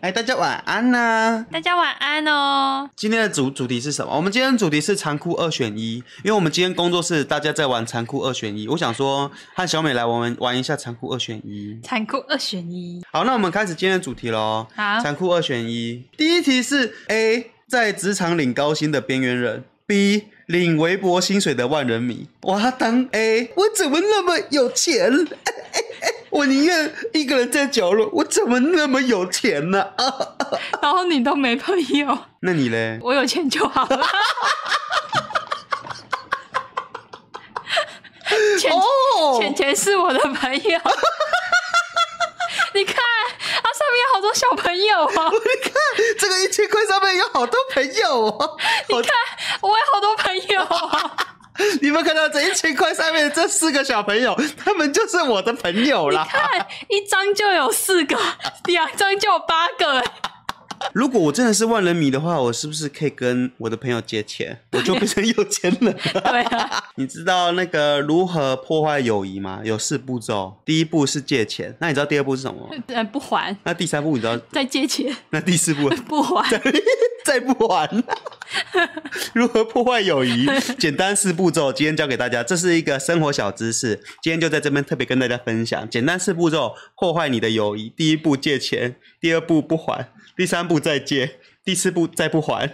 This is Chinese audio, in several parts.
哎，大家晚安啊呐、大家晚安哦。今天的主主题是什么？我们今天的主题是残酷二选一，因为我们今天工作室大家在玩残酷二选一，我想说和小美来我们玩一下残酷二选一。残酷二选一，好，那我们开始今天的主题喽。好残酷二选一。第一题是 A 在职场领高薪的边缘人，B 领微薄薪水的万人迷。我要当 A，我怎么那么有钱？ 我宁愿一个人在角落，我怎么那么有钱呢、 啊？然后你都没朋友， 那你嘞？我有钱就好了。 钱钱钱是我的朋友， 你看它上面有好多小朋友 哦，你看 这个一千块上面有好多朋友哦，好 你看我有好多朋友哦，你们看到这一千块上面这四个小朋友， 他们就是我的朋友啦。看一张就有四个，两张就有八个，如果我真的是万人迷的话，我是不是可以跟我的朋友借 钱，我就变成有钱人了？ 对啊，你知道那个如何破坏友谊吗？有四步骤，第一步是借钱，那你知道第二步是什 么吗？呃不还，那第三步你知道？再借钱那第四步不还， 再不玩，如何破坏友谊？简单四步骤，今天教给大家，这是一个生活小知识，今天就在这边特别跟大家分享。简单四步骤破坏你的友谊：第一步借钱，第二步不还，第三步再借。第四步再不还，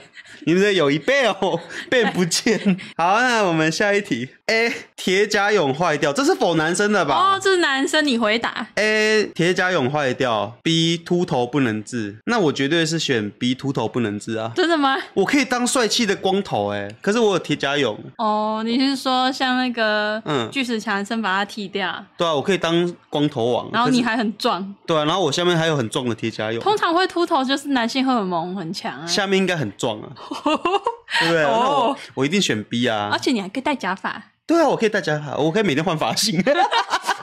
你们的友谊被哦被不见。好，那我们下一题。A 铁甲蛹坏掉，这是否男生的吧？哦，这是男生，你回答。 A 铁甲蛹坏掉，B 秃头不能治。那我绝对是选 B 秃头不能治啊！真的吗？我可以当帅气的光头哎、可是我有铁甲蛹，哦，你是说像那个嗯巨石强森把他剃掉，对啊，我可以当光头王。然后可是你还哦很壮？对啊，然后我下面还有很壮的铁甲蛹，通常会秃头就是男性荷尔蒙很强啊，下面应该很壮 啊，对不对？那我哦我一定选 B 啊而！且你还可以戴假发。对啊，我可以戴假发，我可以每天换发 型，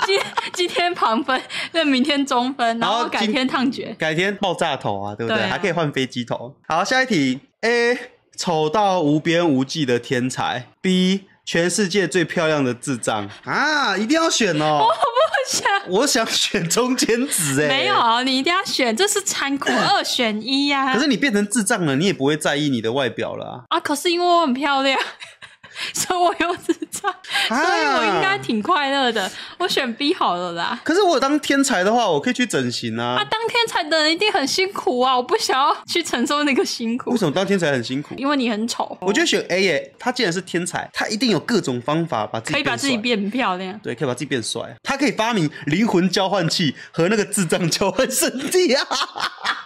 今今天旁分，那明天中分，然然后后改今天烫卷。改天爆炸头啊，对不对？对啊还可以换飞机头。好，下一题：A 丑到无边无际的天才，B 全世界最漂亮的智障啊！一定要选 哦， 我想选中间值哎，没有，啊你一定要选，这是残 酷二选一呀、可啊。是你变成智障了，你也不会在意你的外表了啊，可是因为我很漂亮， 所以我又智障，啊！所以我应该挺快乐的。我选 B 好了啦。可是我当天才的话，我可以去整形啊，啊。当天才的人一定很辛苦啊！我不想要去承受那个辛苦为，什么当天才很辛苦？因为你很丑。我觉得选 A 耶，他既然是天才，他一定有各种方法把自己可以把变自己帅变漂亮。 对，可以把自己变帅。他可以发明灵魂交换器和那个智障交换身体啊！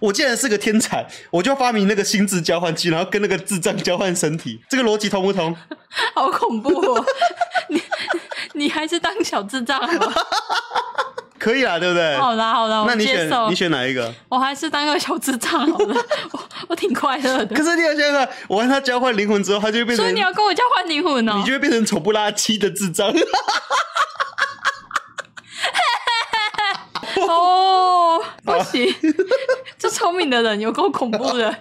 我既然是个天才，我就要发明那个心智交换器，然后跟那个智障交换身体，这个逻辑通不通？好恐怖哦！ 你你还是当小智障好 了。可以啦，对不对？好啦好啦，那我你哦接选受你。选哪一个？我还是当个小智障好了， 我我挺快乐的可。是你想想看，我和他交换灵魂之后，他就会变成所以你要跟我交换灵魂哦你就。会变成丑不拉几的智障。 哦，不行， 这聪明的人有够恐怖 的。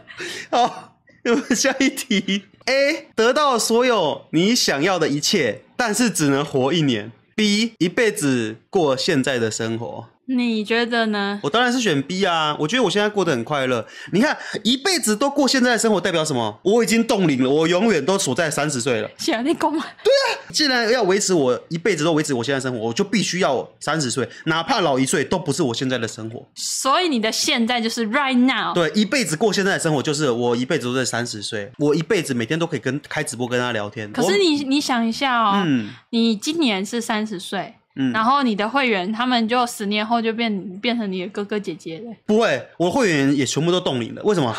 好，那么下一题：A 得到所有你想要的一切，但是只能活一年；B 一辈子过现在的生活。你觉得呢？我当然是选 B 啊，我觉得我现在过得很快乐。你看，一辈子都过现在的生活，代表什么？我已经冻龄了，我永远都处在三十岁了。想你公啊既然要维持我一辈子都维持我现在的生活，我就必须要三十岁，哪怕老一岁都不是我现在的生活。所以你的现在就是 right now。对，一辈子过现在的生活，就是我一辈子都在三十岁，我一辈子每天都可以跟开直播跟他聊天。可是我你你想一下哦，嗯你今年是三十岁，嗯然后你的会员他们就十年后就变变成你的哥哥姐姐了。不会，我会员也全部都冻龄了。为什么？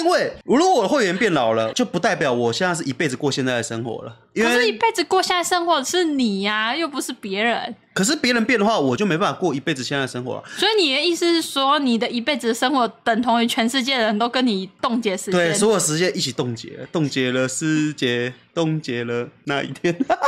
因为如果我的会员变老了，就不代表我现在是一辈子过现在的生活了。因可是，为一辈子过现在生活的是你呀、又不是别人。可是别人变的话，我就没办法过一辈子现在的生活了。啊所以你的意思是说，你的一辈子的生活等同于全世界的人都跟你冻结时对，间？所有时间一起冻结，冻结了世界，冻结了那一天。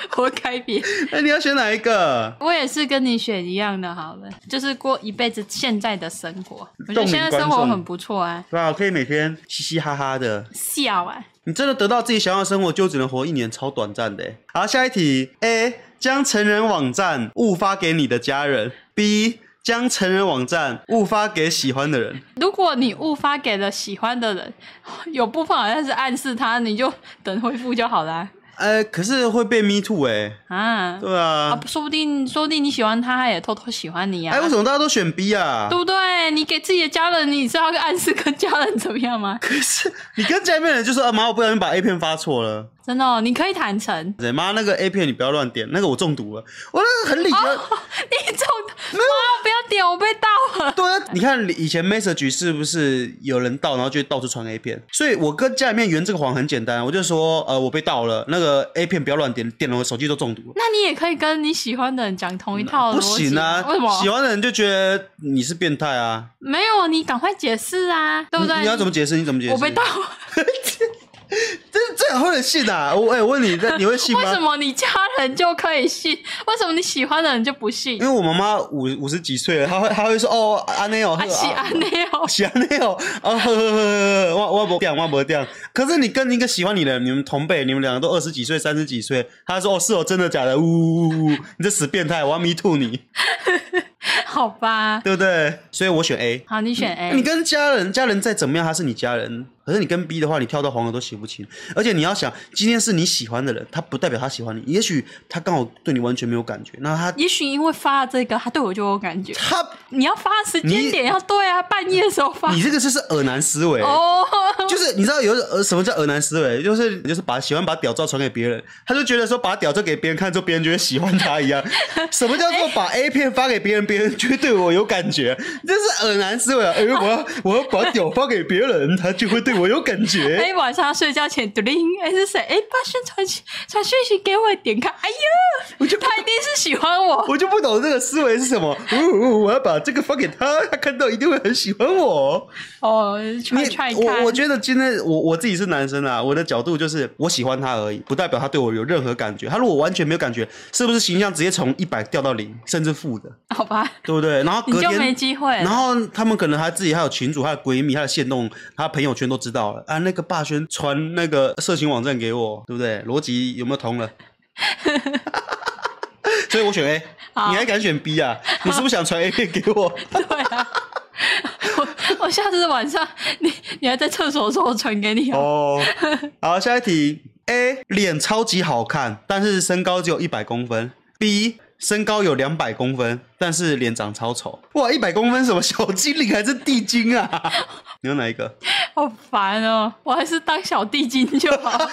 活该别。那你要选哪一个？我也是跟你选一样的，好了，就是过一辈子现在的生活。我冻觉得龄现在生活观众很不错啊，对吧？可以每天嘻嘻哈哈的，笑啊，你真的得到自己想要的生活，就只能活一年，超短暂的欸。好，下一题，A 将成人网站误发给你的家人，B 将成人网站误发给喜欢的人。如果你误发给了喜欢的人，有部分好像是暗示他，你就等恢复就好啦。呃，可是会被 me too 哎、啊，对啊啊，，说不定说不定你喜欢他，他也偷偷喜欢你哎、啊，为什么大家都选 B 啊？对不对？你给自己的家人，你知道暗示跟家人怎么样吗？你跟家里面人就说啊，妈，我不小心把 A 片发错了。 真的、哦，你可以 坦诚，对妈，那个 A 片你不要乱点，那个我中毒了，我那个很理的。你中妈，不要点，我被盗了。对啊，你看以前 message 是不是有人盗，然后就到处传 A 片？所以我跟家里面圆这个谎很简单，我就说，呃，我被盗了，那个 A 片不要乱点，点了我手机都中毒了。那你也可以跟你喜欢的人讲同一套不哦逻辑行啊为什，喜么？欢的人就觉得你是变态啊，没有，你赶快解释啊，对不对？你你要怎么解释？你怎么解释？我被盗，这这会人信啊？我哎、我问你，这你会信为吗什？么你家人就可以信？为什么你喜欢的人就不信 因？为我妈妈五五十几岁了，她会她会说哦，阿内哦，啊，呵喜安内哦，喜安内哦，啊呵呵呵呵，呵我我不掉，我不掉。可是你跟一个喜欢你的人，你们同辈，你们两个都二十几岁、三十几岁，她说哦是哦，真的假的？呜呜呜呜，你这死变态，我要 me too 你，好吧。对不对？所以我选 A。好，你选 A。嗯你跟家人，家人再怎么样，他是你家人。可是你跟 B 的话，你跳到黄河都洗不清。而且你要想，今天是你喜欢的人，他不代表他喜欢你。也许他刚好对你完全没有感觉，那他也许因为发了这个，他对我就有感觉。他你要发时间点要对啊，半夜的时候发你这个就是耳男思维。哦。 就是你知道有呃什么叫耳男思维，就是就是把喜欢把屌照传给别人，他就觉得说把屌照给别人看之后，别人就会喜欢他一样。什么叫做把 A 片发给别人，别人就会对我有感觉？这是耳男思维啊！哎、我要我要把屌发给别人，他就会对我有感觉。 哎、晚上睡觉前，嘟铃，哎是谁？哎，发现传讯传讯息给我，点开，哎呀，我就他一定是喜欢我。我就不懂这个思维是什么。我、我我要把这个发给他，他看到一定会很喜欢我。哦，踹踹你我看我，觉得今天我我自己是男生啊，我的角度就是我喜欢他而已，不代表他对我有任何感觉。他如果完全没有感觉，是不是形象直接从一百掉到零，甚至负的，好吧，对不对？然后你隔就没天。机会然了。后他们可能还自己还有群主、还有闺蜜、还有线动、啊他朋友圈都知道了啊。那个霸轩传那个色情网站给我，对不对？逻辑有没有通 了？所以我选 A，好你还敢选 B 啊？你是不是想传 A 片给我？对啊， 我我下次晚上你你还在厕所的时候我传给你哦。哦，好，下一题。A 脸超级好看，但是身高只有一百公分。B 身高有两百公分，但是脸长超丑。哇，一百公分什么小精灵还是地精啊？你要哪一个？好烦哦，我还是当小地精就好，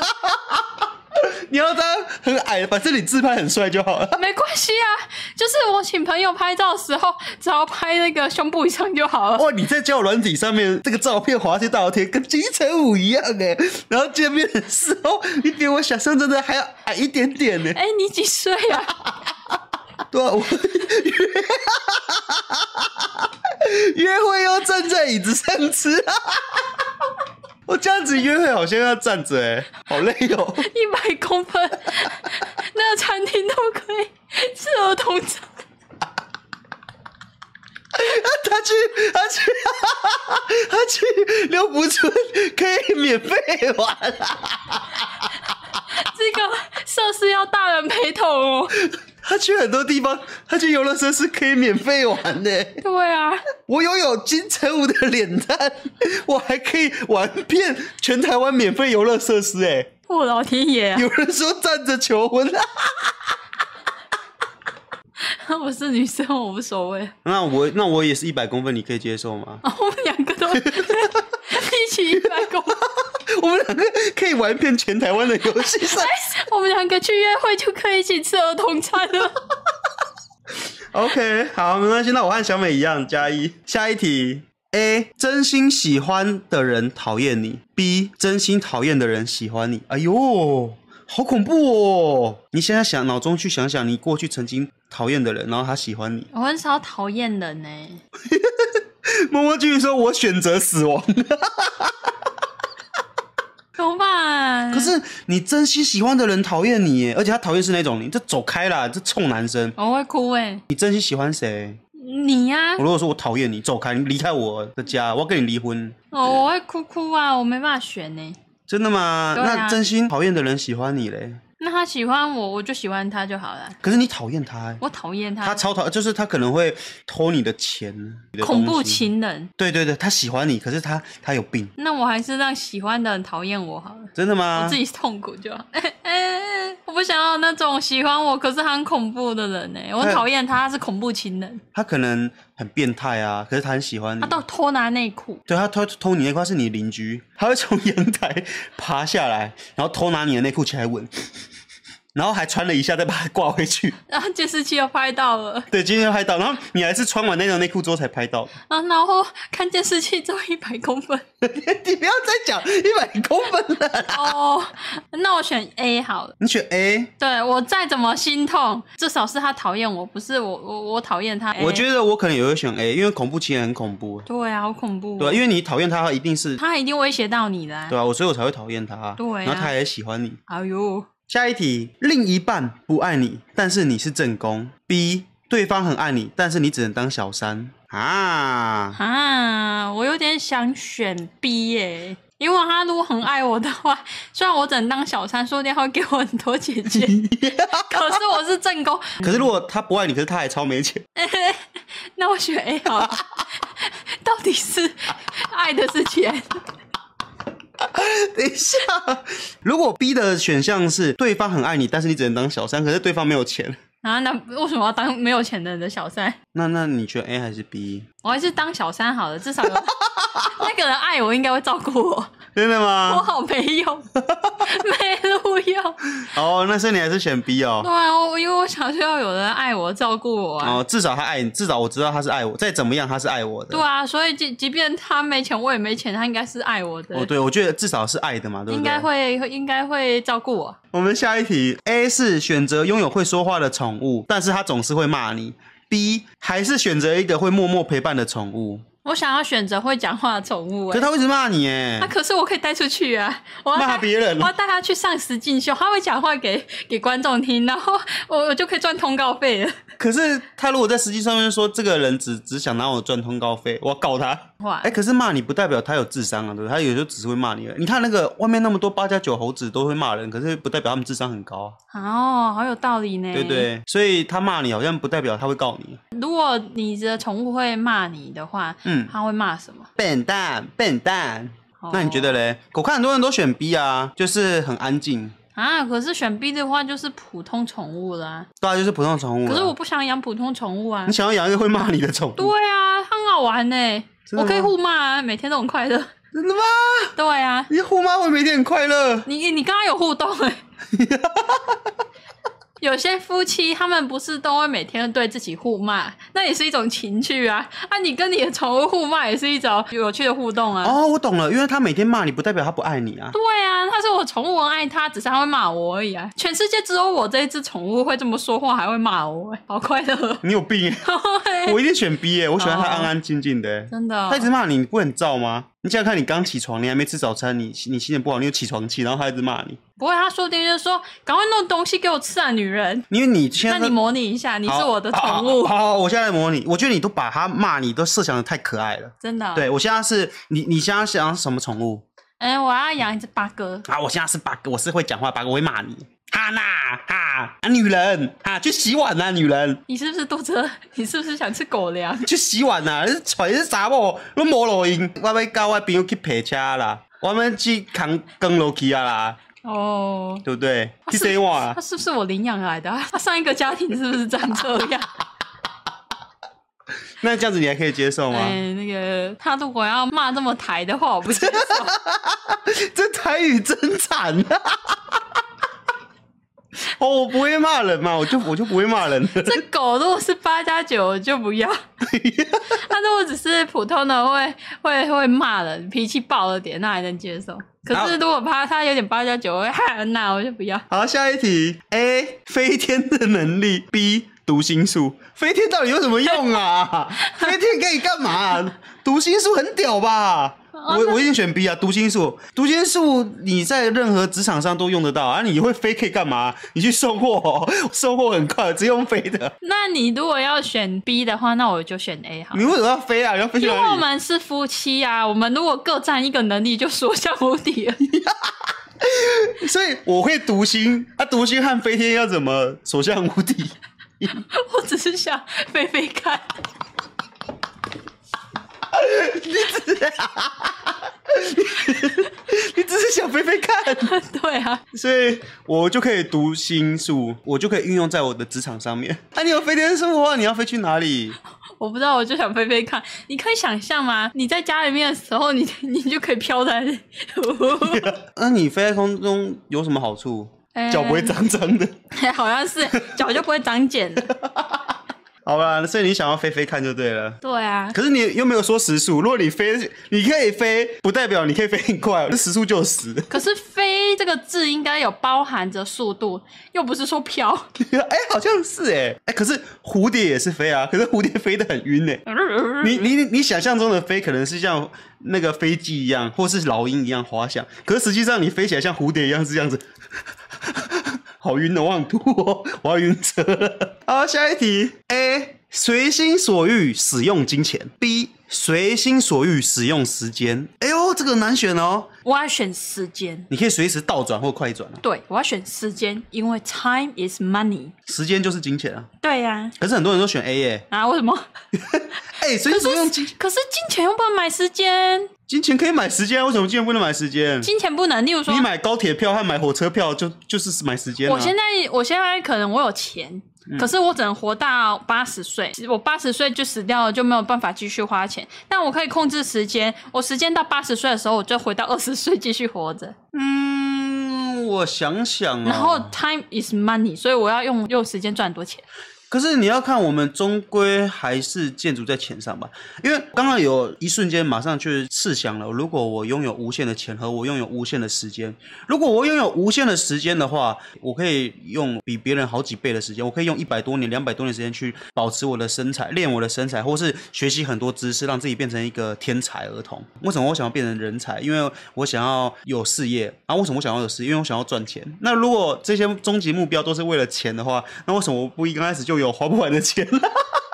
你要当很矮的，反正你自拍很帅就好了。 没关系啊。就是我请朋友拍照的时候，只要拍那个胸部以上就好了。哇，你在交友软体上面这个照片滑稽大头贴跟金城武一样哎、然后见面的时候你比我想象中的还要矮一点点欸呢、哎、你几岁啊？对啊，我约 约会要站在椅子上吃、 啊。我这样子约会好像要站着哎、好累哦。一百公分， 那个餐厅都可以吃儿童餐。 他去，他去， 他去六福村可以免费玩啊！这个设施要大人陪同哦。他去很多地方，他去游乐设施可以免费玩呢、对啊，我拥有金城武的脸蛋，我还可以玩遍全台湾免费游乐设施哎、我老天爷、啊，有人说站着求婚啊！啊 我是女生，我无所谓。那我那我也是一百公分，你可以接受吗？ 我们两个都 一起一百公分，我们两个可以玩遍全台湾的游戏上。我们两个去约会就可以一起吃儿童餐了。 OK，好，没关系。那我和小美一样加一。下一题，A 真心喜欢的人讨厌你，B 真心讨厌的人喜欢你。哎呦，好恐怖哦！你现在想脑中去想想，你过去曾经讨厌的人，然后他喜欢你。 我很少讨厌人欸呢、默默继续说，我选择死亡。 怎么办？可是你真心喜欢的人讨厌你耶，而且他讨厌是那种你这走开啦，这臭男生。我会哭哎、你真心喜欢谁？你呀、 我如果说我讨厌你，走开，你离开我的家，我要跟你离婚，哦，我会哭哭啊，我没办法选呢、真的吗？对啊那真心讨厌的人喜欢你嘞？那他喜欢我，我就喜欢他就好了。可是你讨厌他、欸，我讨厌他超讨，就是他可能会偷你的钱，你的恐怖东西。情人，对对对，他喜欢你，可是他他有病，那我还是让喜欢的人讨厌我好了，真的我吗自？己痛苦就好。哎我不想要那种喜欢我可是他很恐怖的人呢、我对讨厌他，他是恐怖情人，他可能很变态啊，可是他很喜欢你。他都偷拿内裤。对他偷偷你内裤，他是你邻居，他会从阳台爬下来，然后偷拿你的内裤起来闻， 然后还穿了一下再把它挂回去。然后监视器又拍到了，对，今天拍到，然后你还是穿完那条内裤之后才拍到。啊，然后看监视器只有一百公分。 你不要再讲一百公分了，哦，那我选 A 好了。你选 A？对我再怎么心痛，至少是他讨厌我，不是我我我讨厌他。我得觉得我可能也会选 A，因为恐怖情人很恐怖。对啊，好恐怖、哦对啊，因为你讨厌他，一定是他一定威胁到你的、啊。对啊，我所以我才会讨厌他。对啊然后他也喜欢你。哎呦，下一题，另一半不爱你，但是你是正宫。B，对方很爱你，但是你只能当小三 啊。啊，我有点想选 B 耶、因为他如果很爱我的话， 虽然我只能当小三，说不定他会给我很多姐 姐，可是我是正宫，可是如果他不爱你，可是他还超没钱，那我选 A 好了。 到底是爱的是钱， 等一下，如果 B 的选项是对方很爱你，但是你只能当小三，可是对方没有钱，啊，那为什么要当没有钱的人的小三？那那你觉得 A 还是 B？我还是当小三好了，至少有那个人爱我，应该会照顾我。真的我吗？好没用，没路用。哦，那所以你还是选 B 对哦。啊，我因为我想需要有人爱我、照顾我啊。哦，至少他爱你，至少我知道他是爱我，再怎么样他是爱我的。对啊，所以即即便他没钱，我也没钱，他应该是爱我的，哦，对，我觉得至少是爱的嘛，对不对？应该会会应该会照顾我。我们下一题，A 是选择拥有会说话的宠物，但是它总是会骂你。B 还是选择一个会默默陪伴的宠物，我想要选择会讲话的宠物、可欸，是它为什么骂你？哎、啊，可是我可以带出去啊！我要 骂带别人我要带他去上实境秀，他会讲话给给观众听，然后我我就可以赚通告费了。可是他如果在实际上面说这个人只只想拿我赚通告费，我要告他。哇 哎、，可是骂你不代表他有智商啊，对不对？他有时候只是会骂你而已。你看那个外面那么多八加九猴子都会骂人，可是不代表他们智商很高啊，哦，好有道理呢。对不对？所以他骂你好像不代表他会告你。如果你的宠物会骂你的话，嗯，它会骂什么？笨蛋，笨蛋。哦那你觉得嘞？我看很多人都选 B 啊，就是很安静，啊？可是选 B 的话就是普通宠物啦。对啊，就是普通的宠物啊。可是我不想养普通宠物啊你。想要养一个会骂你的宠物？对啊，很好玩呢、真的吗我可以互骂啊，每天都很快乐。 真的吗？对啊，你互骂会每天很快乐？你你跟他有互动哎、 有些夫妻他们不是都会每天对自己互骂，那也是一种情趣啊。啊，你跟你的宠物互骂也是一种有趣的互动啊。哦，我懂了，因为他每天骂你，不代表他不爱你啊。。对啊，它是我宠物，我很爱它，只是它会骂我而已啊。全世界只有我这一只宠物会这么说话，还会骂我、欸，好快乐 你有病欸！我一定选 B 耶、我喜欢他安安静静的欸、哦真的哦、他一直骂你，你不会很燥吗？你想想看，你刚起床，你还没吃早餐，你你心情不好，你有起床气，然后他一直骂你，不会，他说不定就是说，赶快弄东西给我吃啊，女人。因为你现在那你模拟一下，你是我的宠物，好好好我现在来模拟，我觉得你都把他骂你都设想的太可爱了。真的。，对我现在是你，你现在想要什么宠物嗯，我要养一只八哥。啊？我现在是八哥，我是会讲话八哥，我会骂你，哈娜哈啊，女人啊，去洗碗呐、啊，女人你是不是肚子饿？ 你是不是想吃狗粮？去洗碗呐、啊，你是锤是啥啵？我摸录音，我要跟我朋友去陪车啦，我们去扛更楼去啊啦，哦，对不对？他去是洗碗啊他，是不是我领养来的啊？ 他上一个家庭是不是长这 样？那这样子你还可以接受吗？哎，那个他如果要骂这么台的话，我不接受。 这台语真惨 啊！哦，我不会骂人嘛，我就我就不会骂人了。 这狗如果是八加九，我就不要。它如果只是普通的会，会会骂人，脾气暴了点，那还能接受。可是如果怕它有点八加九，会害人那我就不要。好，下一题，A 飞天的能力，B 读心术。飞 天到底有什么用啊？飞天可以干嘛、读心术很屌吧？哦我我一定选 B 啊，读心术，读心术你在任何职场上都用得到啊！你会飞可以干嘛？你去送货哦、送货很快，直接用飞的。那你如果要选 B 的话，那我就选 A 好了。你为什么要飞啊？你要飞去因为哪我里？们是夫妻啊，我们如果各占一个能力，就所向无敌 了。所以我会读心，啊，读心和飞天要怎么所向无敌？ 我只是想飞飞看， 你只是想飞飞看，对啊，所以我就可以读心术，我就可以运用在我的职场上面。啊，你有飞天术的话，你要飞去哪里？ 我不知道，我就想飞飞看。你可以想象吗？你在家里面的时候，你 你就可以飘在那里， 那、你飞在空中有什么好处？脚不会脏脏的。哎，好像是脚就不会长 茧了。好啦，所以你想要飞飞看就对了。对啊，可是你又没有说时速，如果你飞，你可以飞，不代表你可以飞很快，哦那时速就十。可是“飞”这个字应该有包含着速度，又不是说飘。 哎、好像是哎、哎、可是蝴蝶也是飞啊，可是蝴蝶飞得很晕哎、你你你想象中的飞可能是像那个飞机一样，或是老鹰一样滑翔，可是实际上你飞起来像蝴蝶一样是这样子， 好晕哦，我想吐哦，我要晕车了。好，下一题，A 随心所欲使用金钱，B 随心所欲使用时间。哎呦，这个难选哦， 我要选时间，你可以随时倒转或快转啊，对我要选时间，因为 time is money。时间就是金钱啊。对呀、可是很多人都选 A 耶、啊，啊，为什么？哎、随心所用金可是金钱又不能买时间，金钱可以买时间啊，为什么金钱不能买时间？金钱不能。例如说你，买高铁票和买火车票就就是买时间、啊。啊嗯我现在我现在可能我有钱，可是我只能活到八十岁，我八十岁就死掉了，就没有办法继续花钱。但我可以控制时间，我时间到八十岁的时候，我就回到二十岁继续活哦着。嗯，我想想、啊，然后 time is money，所以我要用用时间赚很多钱。可是你要看我们终归还是建筑在钱上吧，因为刚刚有一瞬间马上去试想了，如果我拥有无限的钱和我拥有无限的时间，如果我拥有无限的时间的话，我可以用比别人好几倍的时间，我可以用一百多年、两百多年时间去保持我的身材，练我的身材，或是学习很多知识，让自己变成一个天才儿童。为什么我想要变成人才？因为我想要有事业啊！为什么我想要有事业？因为我想要赚钱。那如果这些终极目标都是为了钱的话，那为什么我不一刚开始就有花不完的钱？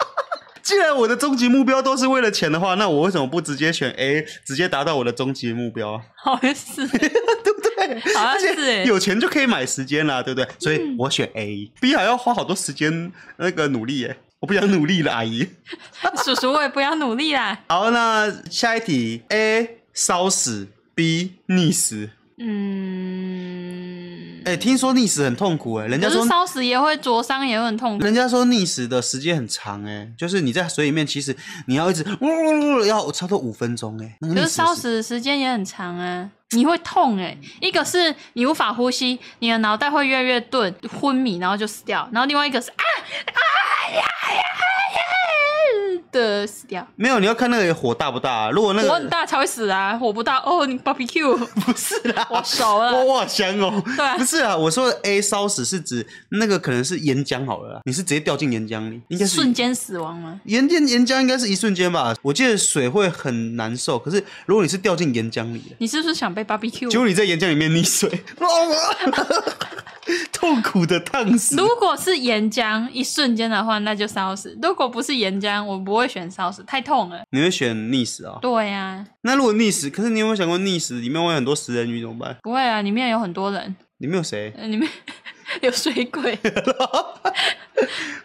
既然我的终极目标都是为了钱的话，那我为什么不直接选 A，直接达到我的终极目标啊？好像 是，对不对？好像是欸，嗯有钱就可以买时间啦，对不对？所以我选 A、B 还要花好多时间那个努力耶，我不想努力了，阿姨。叔叔我也不要努力啦。好，那下一题，A 烧死，B 溺死。嗯，哎、听说溺死很痛苦哎，人可家说是烧死也会灼伤，也会很痛苦。人家说溺死的时间很长哎，就是你在水里面，其实你要一直呜呜呜，要差不多五分钟哎。那个可溺是死烧死的时间也很长啊，你会痛哎、一个是你无法呼吸，你的脑袋会越来越钝，昏迷，然后就死掉；然后另外一个是啊啊呀呀呀的死掉。没有，你要看那个火大不大、啊如果那火很个大才会死啊，火不大哦，你 barbecue 不是啦，我熟了哇，我好香哦、呃对啊不是啊，我说的 A 烧死是指那个可能是岩浆好了啦，你是直接掉进岩浆里，应该是瞬间死亡吗？岩浆岩浆应该是一瞬间吧？我记得水会很难受，可是如果你是掉进岩浆里的，你是不是想被 barbecue？结果你在岩浆里面溺水， 痛苦的烫死。如果是岩浆，一瞬间的话，那就烧死；如果不是岩浆，我不会选烧死，太痛了。你会选溺死啊、对呀、那如果溺死，可是你有没有想过溺死里面会有很多食人鱼怎么办？不会啊，里面有很多人，里面有谁？呃里面 有水鬼。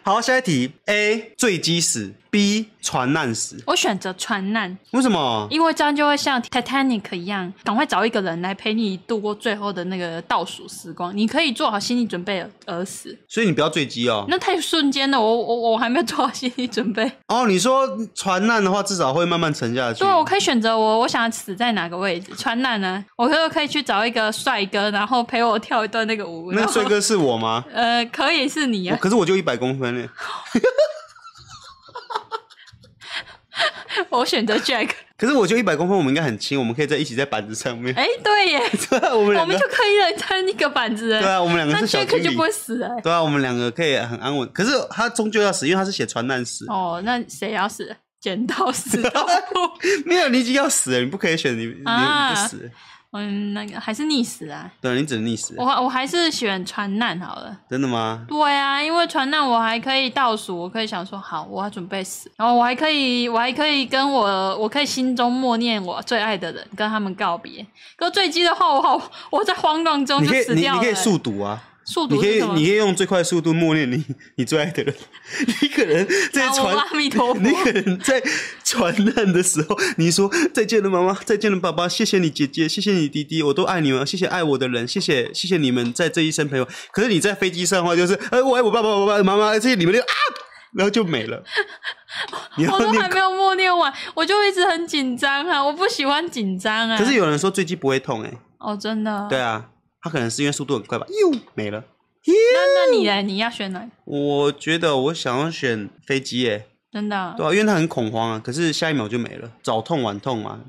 好，下一题：A 坠机死，B 船难死。我选择船难，为什么？因为这样就会像 Titanic 一样，赶快找一个人来陪你度过最后的那个倒数时光。你可以做好心理准备而死，所以你不要坠机哦。那太瞬间了，我我我还没有做好心理准备。哦，你说船难的话，至少会慢慢沉下去。对，啊我可以选择我我想要死在哪个位置，船难呢、我就可以去找一个帅哥，然后陪我跳一段那个舞。那然个后帅，哥是我吗？呃，可以是 你我啊，可是我就一百公分欸嘞。我选择 Jack。可是我觉得一百公分，我们应该很轻，我们可以在一起在板子上面。 啊哎，对耶，我们我两们个就可以人在那个板子了。对啊，我们两个那是小精 Jack 就灵不。会死啊了。对啊，我们两个可以很安稳。可是他终究要死，因为他是写船难死。哦哦，那谁要死？剪刀石头布。 没有，你已经要死了，你不可以选你你啊不死，嗯，那个还是溺死啊！对你只能溺死我。还我还是选船难好了。真的吗？对啊，因为船难我还可以倒数，我可以想说好，我要准备死，然后我还可以，我还可以跟我，我可以心中默念我最爱的人，跟他们告别。可坠机的话，我好我在慌乱中你就可以死你掉你了、可以欸。速读啊，速你读可是以什么？你可以用最快速度默念你你最爱的人， 你可能在南无船阿 弥陀佛你可能在船难的时候，你说再见了妈妈，再见了爸爸，谢谢你姐姐，谢谢你弟弟，我都爱你们，谢谢爱我的人，谢谢谢谢你们在这一生陪我。可是你在飞机上的话，就是哎、我爱我爸爸，我爸爸妈妈，谢谢你们，就啊，然后就没了。你要 我都念还没有默念完，我就一直很紧张啊！我不喜欢紧张啊。可是有人说坠机不会痛哎、哦，真的。对啊，他可能是因为速度很快吧，又没了。那那你呢？你要选哪一个？我觉得我想要选飞机哎耶、真的啊对啊，因为他很恐慌啊，可是下一秒就没了，早痛晚痛嘛。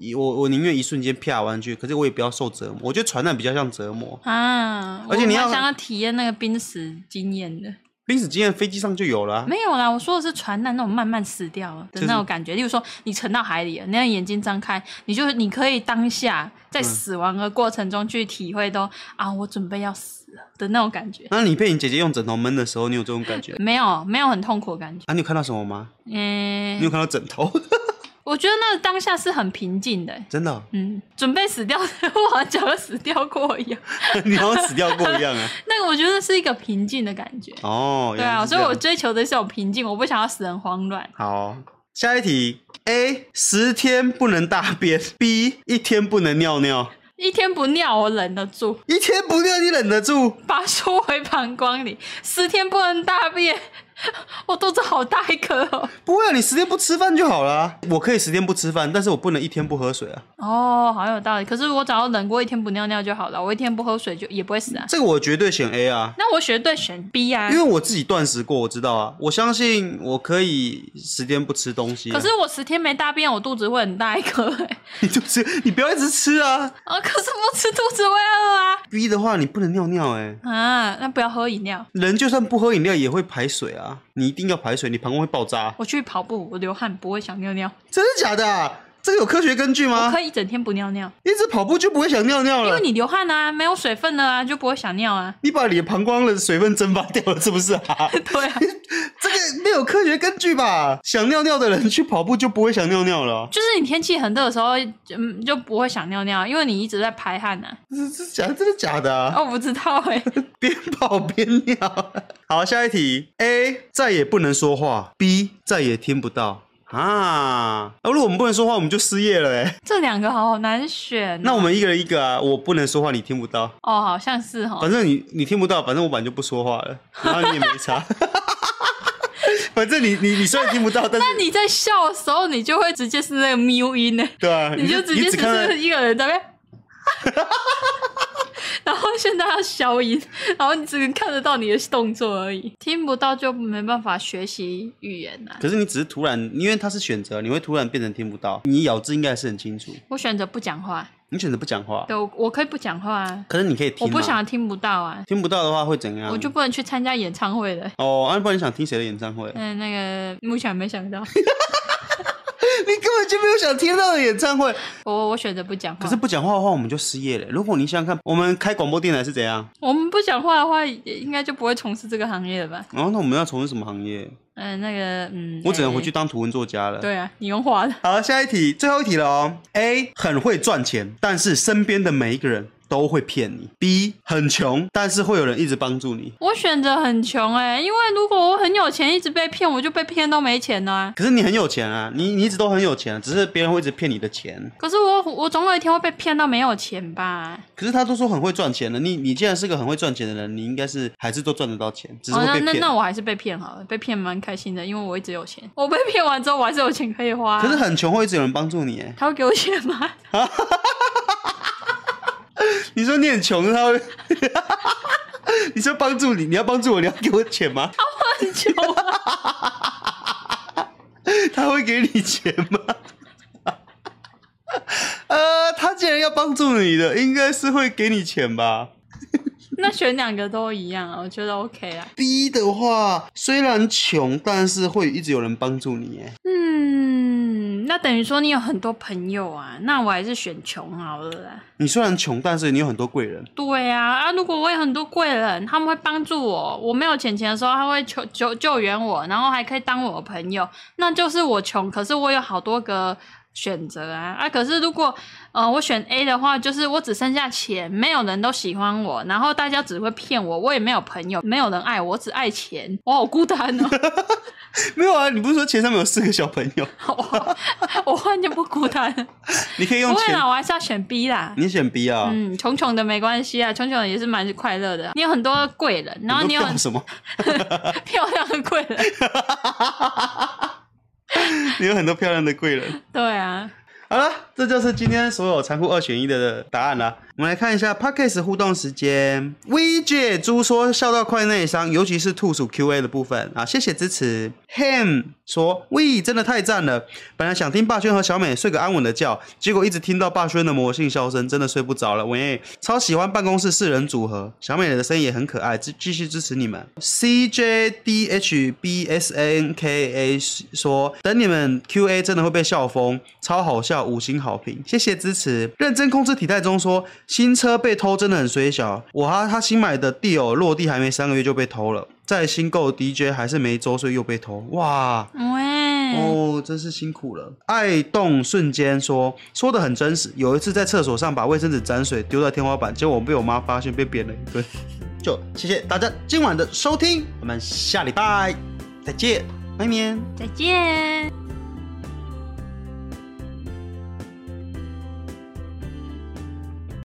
一我我宁愿一瞬间啪完去，可是我也不要受折磨。我觉得传染比较像折磨，啊！而且你要我蛮想要体验那个濒死经验的，濒死经验飞机上就有了、啊。没有啦，我说的是船难那种慢慢死掉了就的是那种感觉，例如说你沉到海里了，那样眼睛张开，你就你可以当下嗯在死亡的过程中去体会到、啊，我准备要死了的那种感觉，那你被你姐姐用枕头闷的时候，你有这种感觉？ 没有没有很痛苦的感觉，啊，你有看到什么吗？嗯、你有看到枕头？ 我觉得那当下是很平静的、真的哦、 嗯，准备死掉，我好像讲了死掉过一样。 你好像死掉过一样啊！那个我觉得是一个平静的感觉。哦，对原来啊，是所以这我样追求的是种平静，我不想要使人慌乱。好哦下一题：A 十天不能大便，B 一天不能尿尿。一天不尿，我忍得住，一天不尿你忍得住？把它收回膀胱里。十天不能大便， 我肚子好大一颗哦。不会啊，你十天不吃饭就好了啊。我可以十天不吃饭，但是我不能一天不喝水啊。哦，好像有道理。可是我只要忍过一天不尿尿就好了，我一天不喝水就也不会死啊。这个我绝对选 A 啊，那我选对选 B 啊因。为我自己断食过，我知道啊，我相信我可以十天不吃东西啊、可是我十天没大便，我肚子会很大一颗哎、 你就吃，你不要一直吃啊。啊，可是不吃肚子会饿啊。 B 的话，你不能尿尿哎、啊，那不要喝饮料。人就算不喝饮料也会排水啊，你一定要排水，你膀胱会爆炸。我去跑步，我流汗不会想尿尿，真的假的、啊？这个有科学根据我吗？可以一整天不尿尿，一直跑步就不会想尿尿因为啊了？你流汗啊，没有水分了啊，就不会想尿啊。你把你的膀胱的水分蒸发掉了，是不是啊？对啊，这个没有科学根据吧？想尿尿的人去跑步就不会想尿尿了，啊就是你天气很热的时候，嗯，就不会想尿尿，因为你一直在排汗啊。这这假真的假的、啊？哦，我不知道哎、边跑边尿。好，下一题，A 再也不能说话，B 再也听不到啊。那如果我们不能说话，我们就失业了哎、这两个好难选、那我们一个人一个啊，我不能说话，你听不到，哦，好像是哦。反正你你听不到，反正我本来就不说话了，然后你也没差。 反正你你你虽然听不到，但是那你在笑的时候，你就会直接是那个喵音呢、对啊，你就直接你只只看到是一个人在那 边。然后现在要消音，然后你只能看得到你的动作而已，听不到就没办法学习语言啊。可是你只是突然，因为它是选择，你会突然变成听不到。你咬字应该还是很清楚，我选择不讲话，你选择不讲话，对，我我可以不讲话啊，可是你可以听、我啊。不想听不嗯到啊，听不到的话会怎样？我就不能去参加演唱会了。哦，啊，不然你想听谁的演唱会？嗯，那个目前还没想到， 你根本就没有想听到的演唱会。我我选择不讲话。可是不讲话的话，我们就失业了。如果你想想看，我们开广播电台是怎样？我们不讲话的话，也应该就不会从事这个行业了吧？然、哦后那我们要从事什么行业？嗯，那个嗯，我只能哎回去当图文作家了。。对啊，你用画的。好，下一题，最后一题了哦。A 很会赚钱，但是身边的每一个人都会骗你。B 很穷，但是会有人一直帮助你。我选择很穷哎、因为如果我很有钱，一直被骗，我就被骗到没钱了啊、可是你很有钱啊，你你一直都很有钱、啊，只是别人会一直骗你的钱。可是我我总有一天会被骗到没有钱吧？可是他都说很会赚钱了，你你既然是个很会赚钱的人，你应该是还是都赚得到钱，只是哦，会那被那骗。那我还是被骗好了，被骗蛮开心的，因为我一直有钱。我被骗完之后，我还是有钱可以花啊、可是很穷，会一直有人帮助你。哎，他会给我钱吗？你说你很穷，他会， 你说帮助你，你要帮助我，你要给我钱吗？很穷啊，他会给你钱吗？ 呃，他既然要帮助你的，应该是会给你钱吧？那选两个都一样啊，我觉得 OK 啊。 B 的话，虽然穷，但是会一直有人帮助你耶。嗯，那等于说你有很多朋友啊，那我还是选穷好了啦。你虽然穷，但是你有很多贵人。对啊，啊，如果我有很多贵人，他们会帮助我，我没有钱钱的时候，他会求救救援我，然后还可以当我的朋友，那就是我穷，可是我有好多个选择啊啊！可是如果呃我选 A 的话，就是我只剩下钱，没有人都喜欢我，然后大家只会骗我，我也没有朋友，没有人爱我，我只爱钱，我好孤单哦。 没有啊，你不是说钱上面有四个小朋友？我我换就不孤单了，你可以不用会钱啦，。我还是要选 B 啦。你选 B 啊？嗯，穷穷的没关系啊，穷穷的也是蛮快乐的啊。你有很多贵人，然后都你有干什么？ 漂亮的贵人，你有很多漂亮的贵人。对啊，好了，这就是今天所有残酷二选一的答案啦。我们来看一下 p a c k a s e 互动时间。V 姐猪说笑到快内伤，尤其是兔鼠 QA 的部分啊，谢谢支持。Ham 说 V 真的太赞了，本来想听霸轩和小美睡个安稳的觉，结果一直听到霸轩的魔性笑声，真的睡不着了。喂，超喜欢办公室四人组合，小美的声音也很可爱，继继续支持你们。C J D H B S A N K A 说，等你们 Q A 真的会被笑疯，超好笑，五星好评，谢谢支持。认真控制体态中说，新车被偷真的很衰小，我哈他新买的地偶落地还没三个月就被偷了，在新购 DJ 还是没周岁又被偷，哇！喂，哦，真是辛苦了。爱动瞬间说说的很真实，有一次在厕所上把卫生纸沾水丢到天花板，结果我被我妈发现，被扁了一顿。就谢谢大家今晚的收听，我们下礼拜再见，拜年。再见。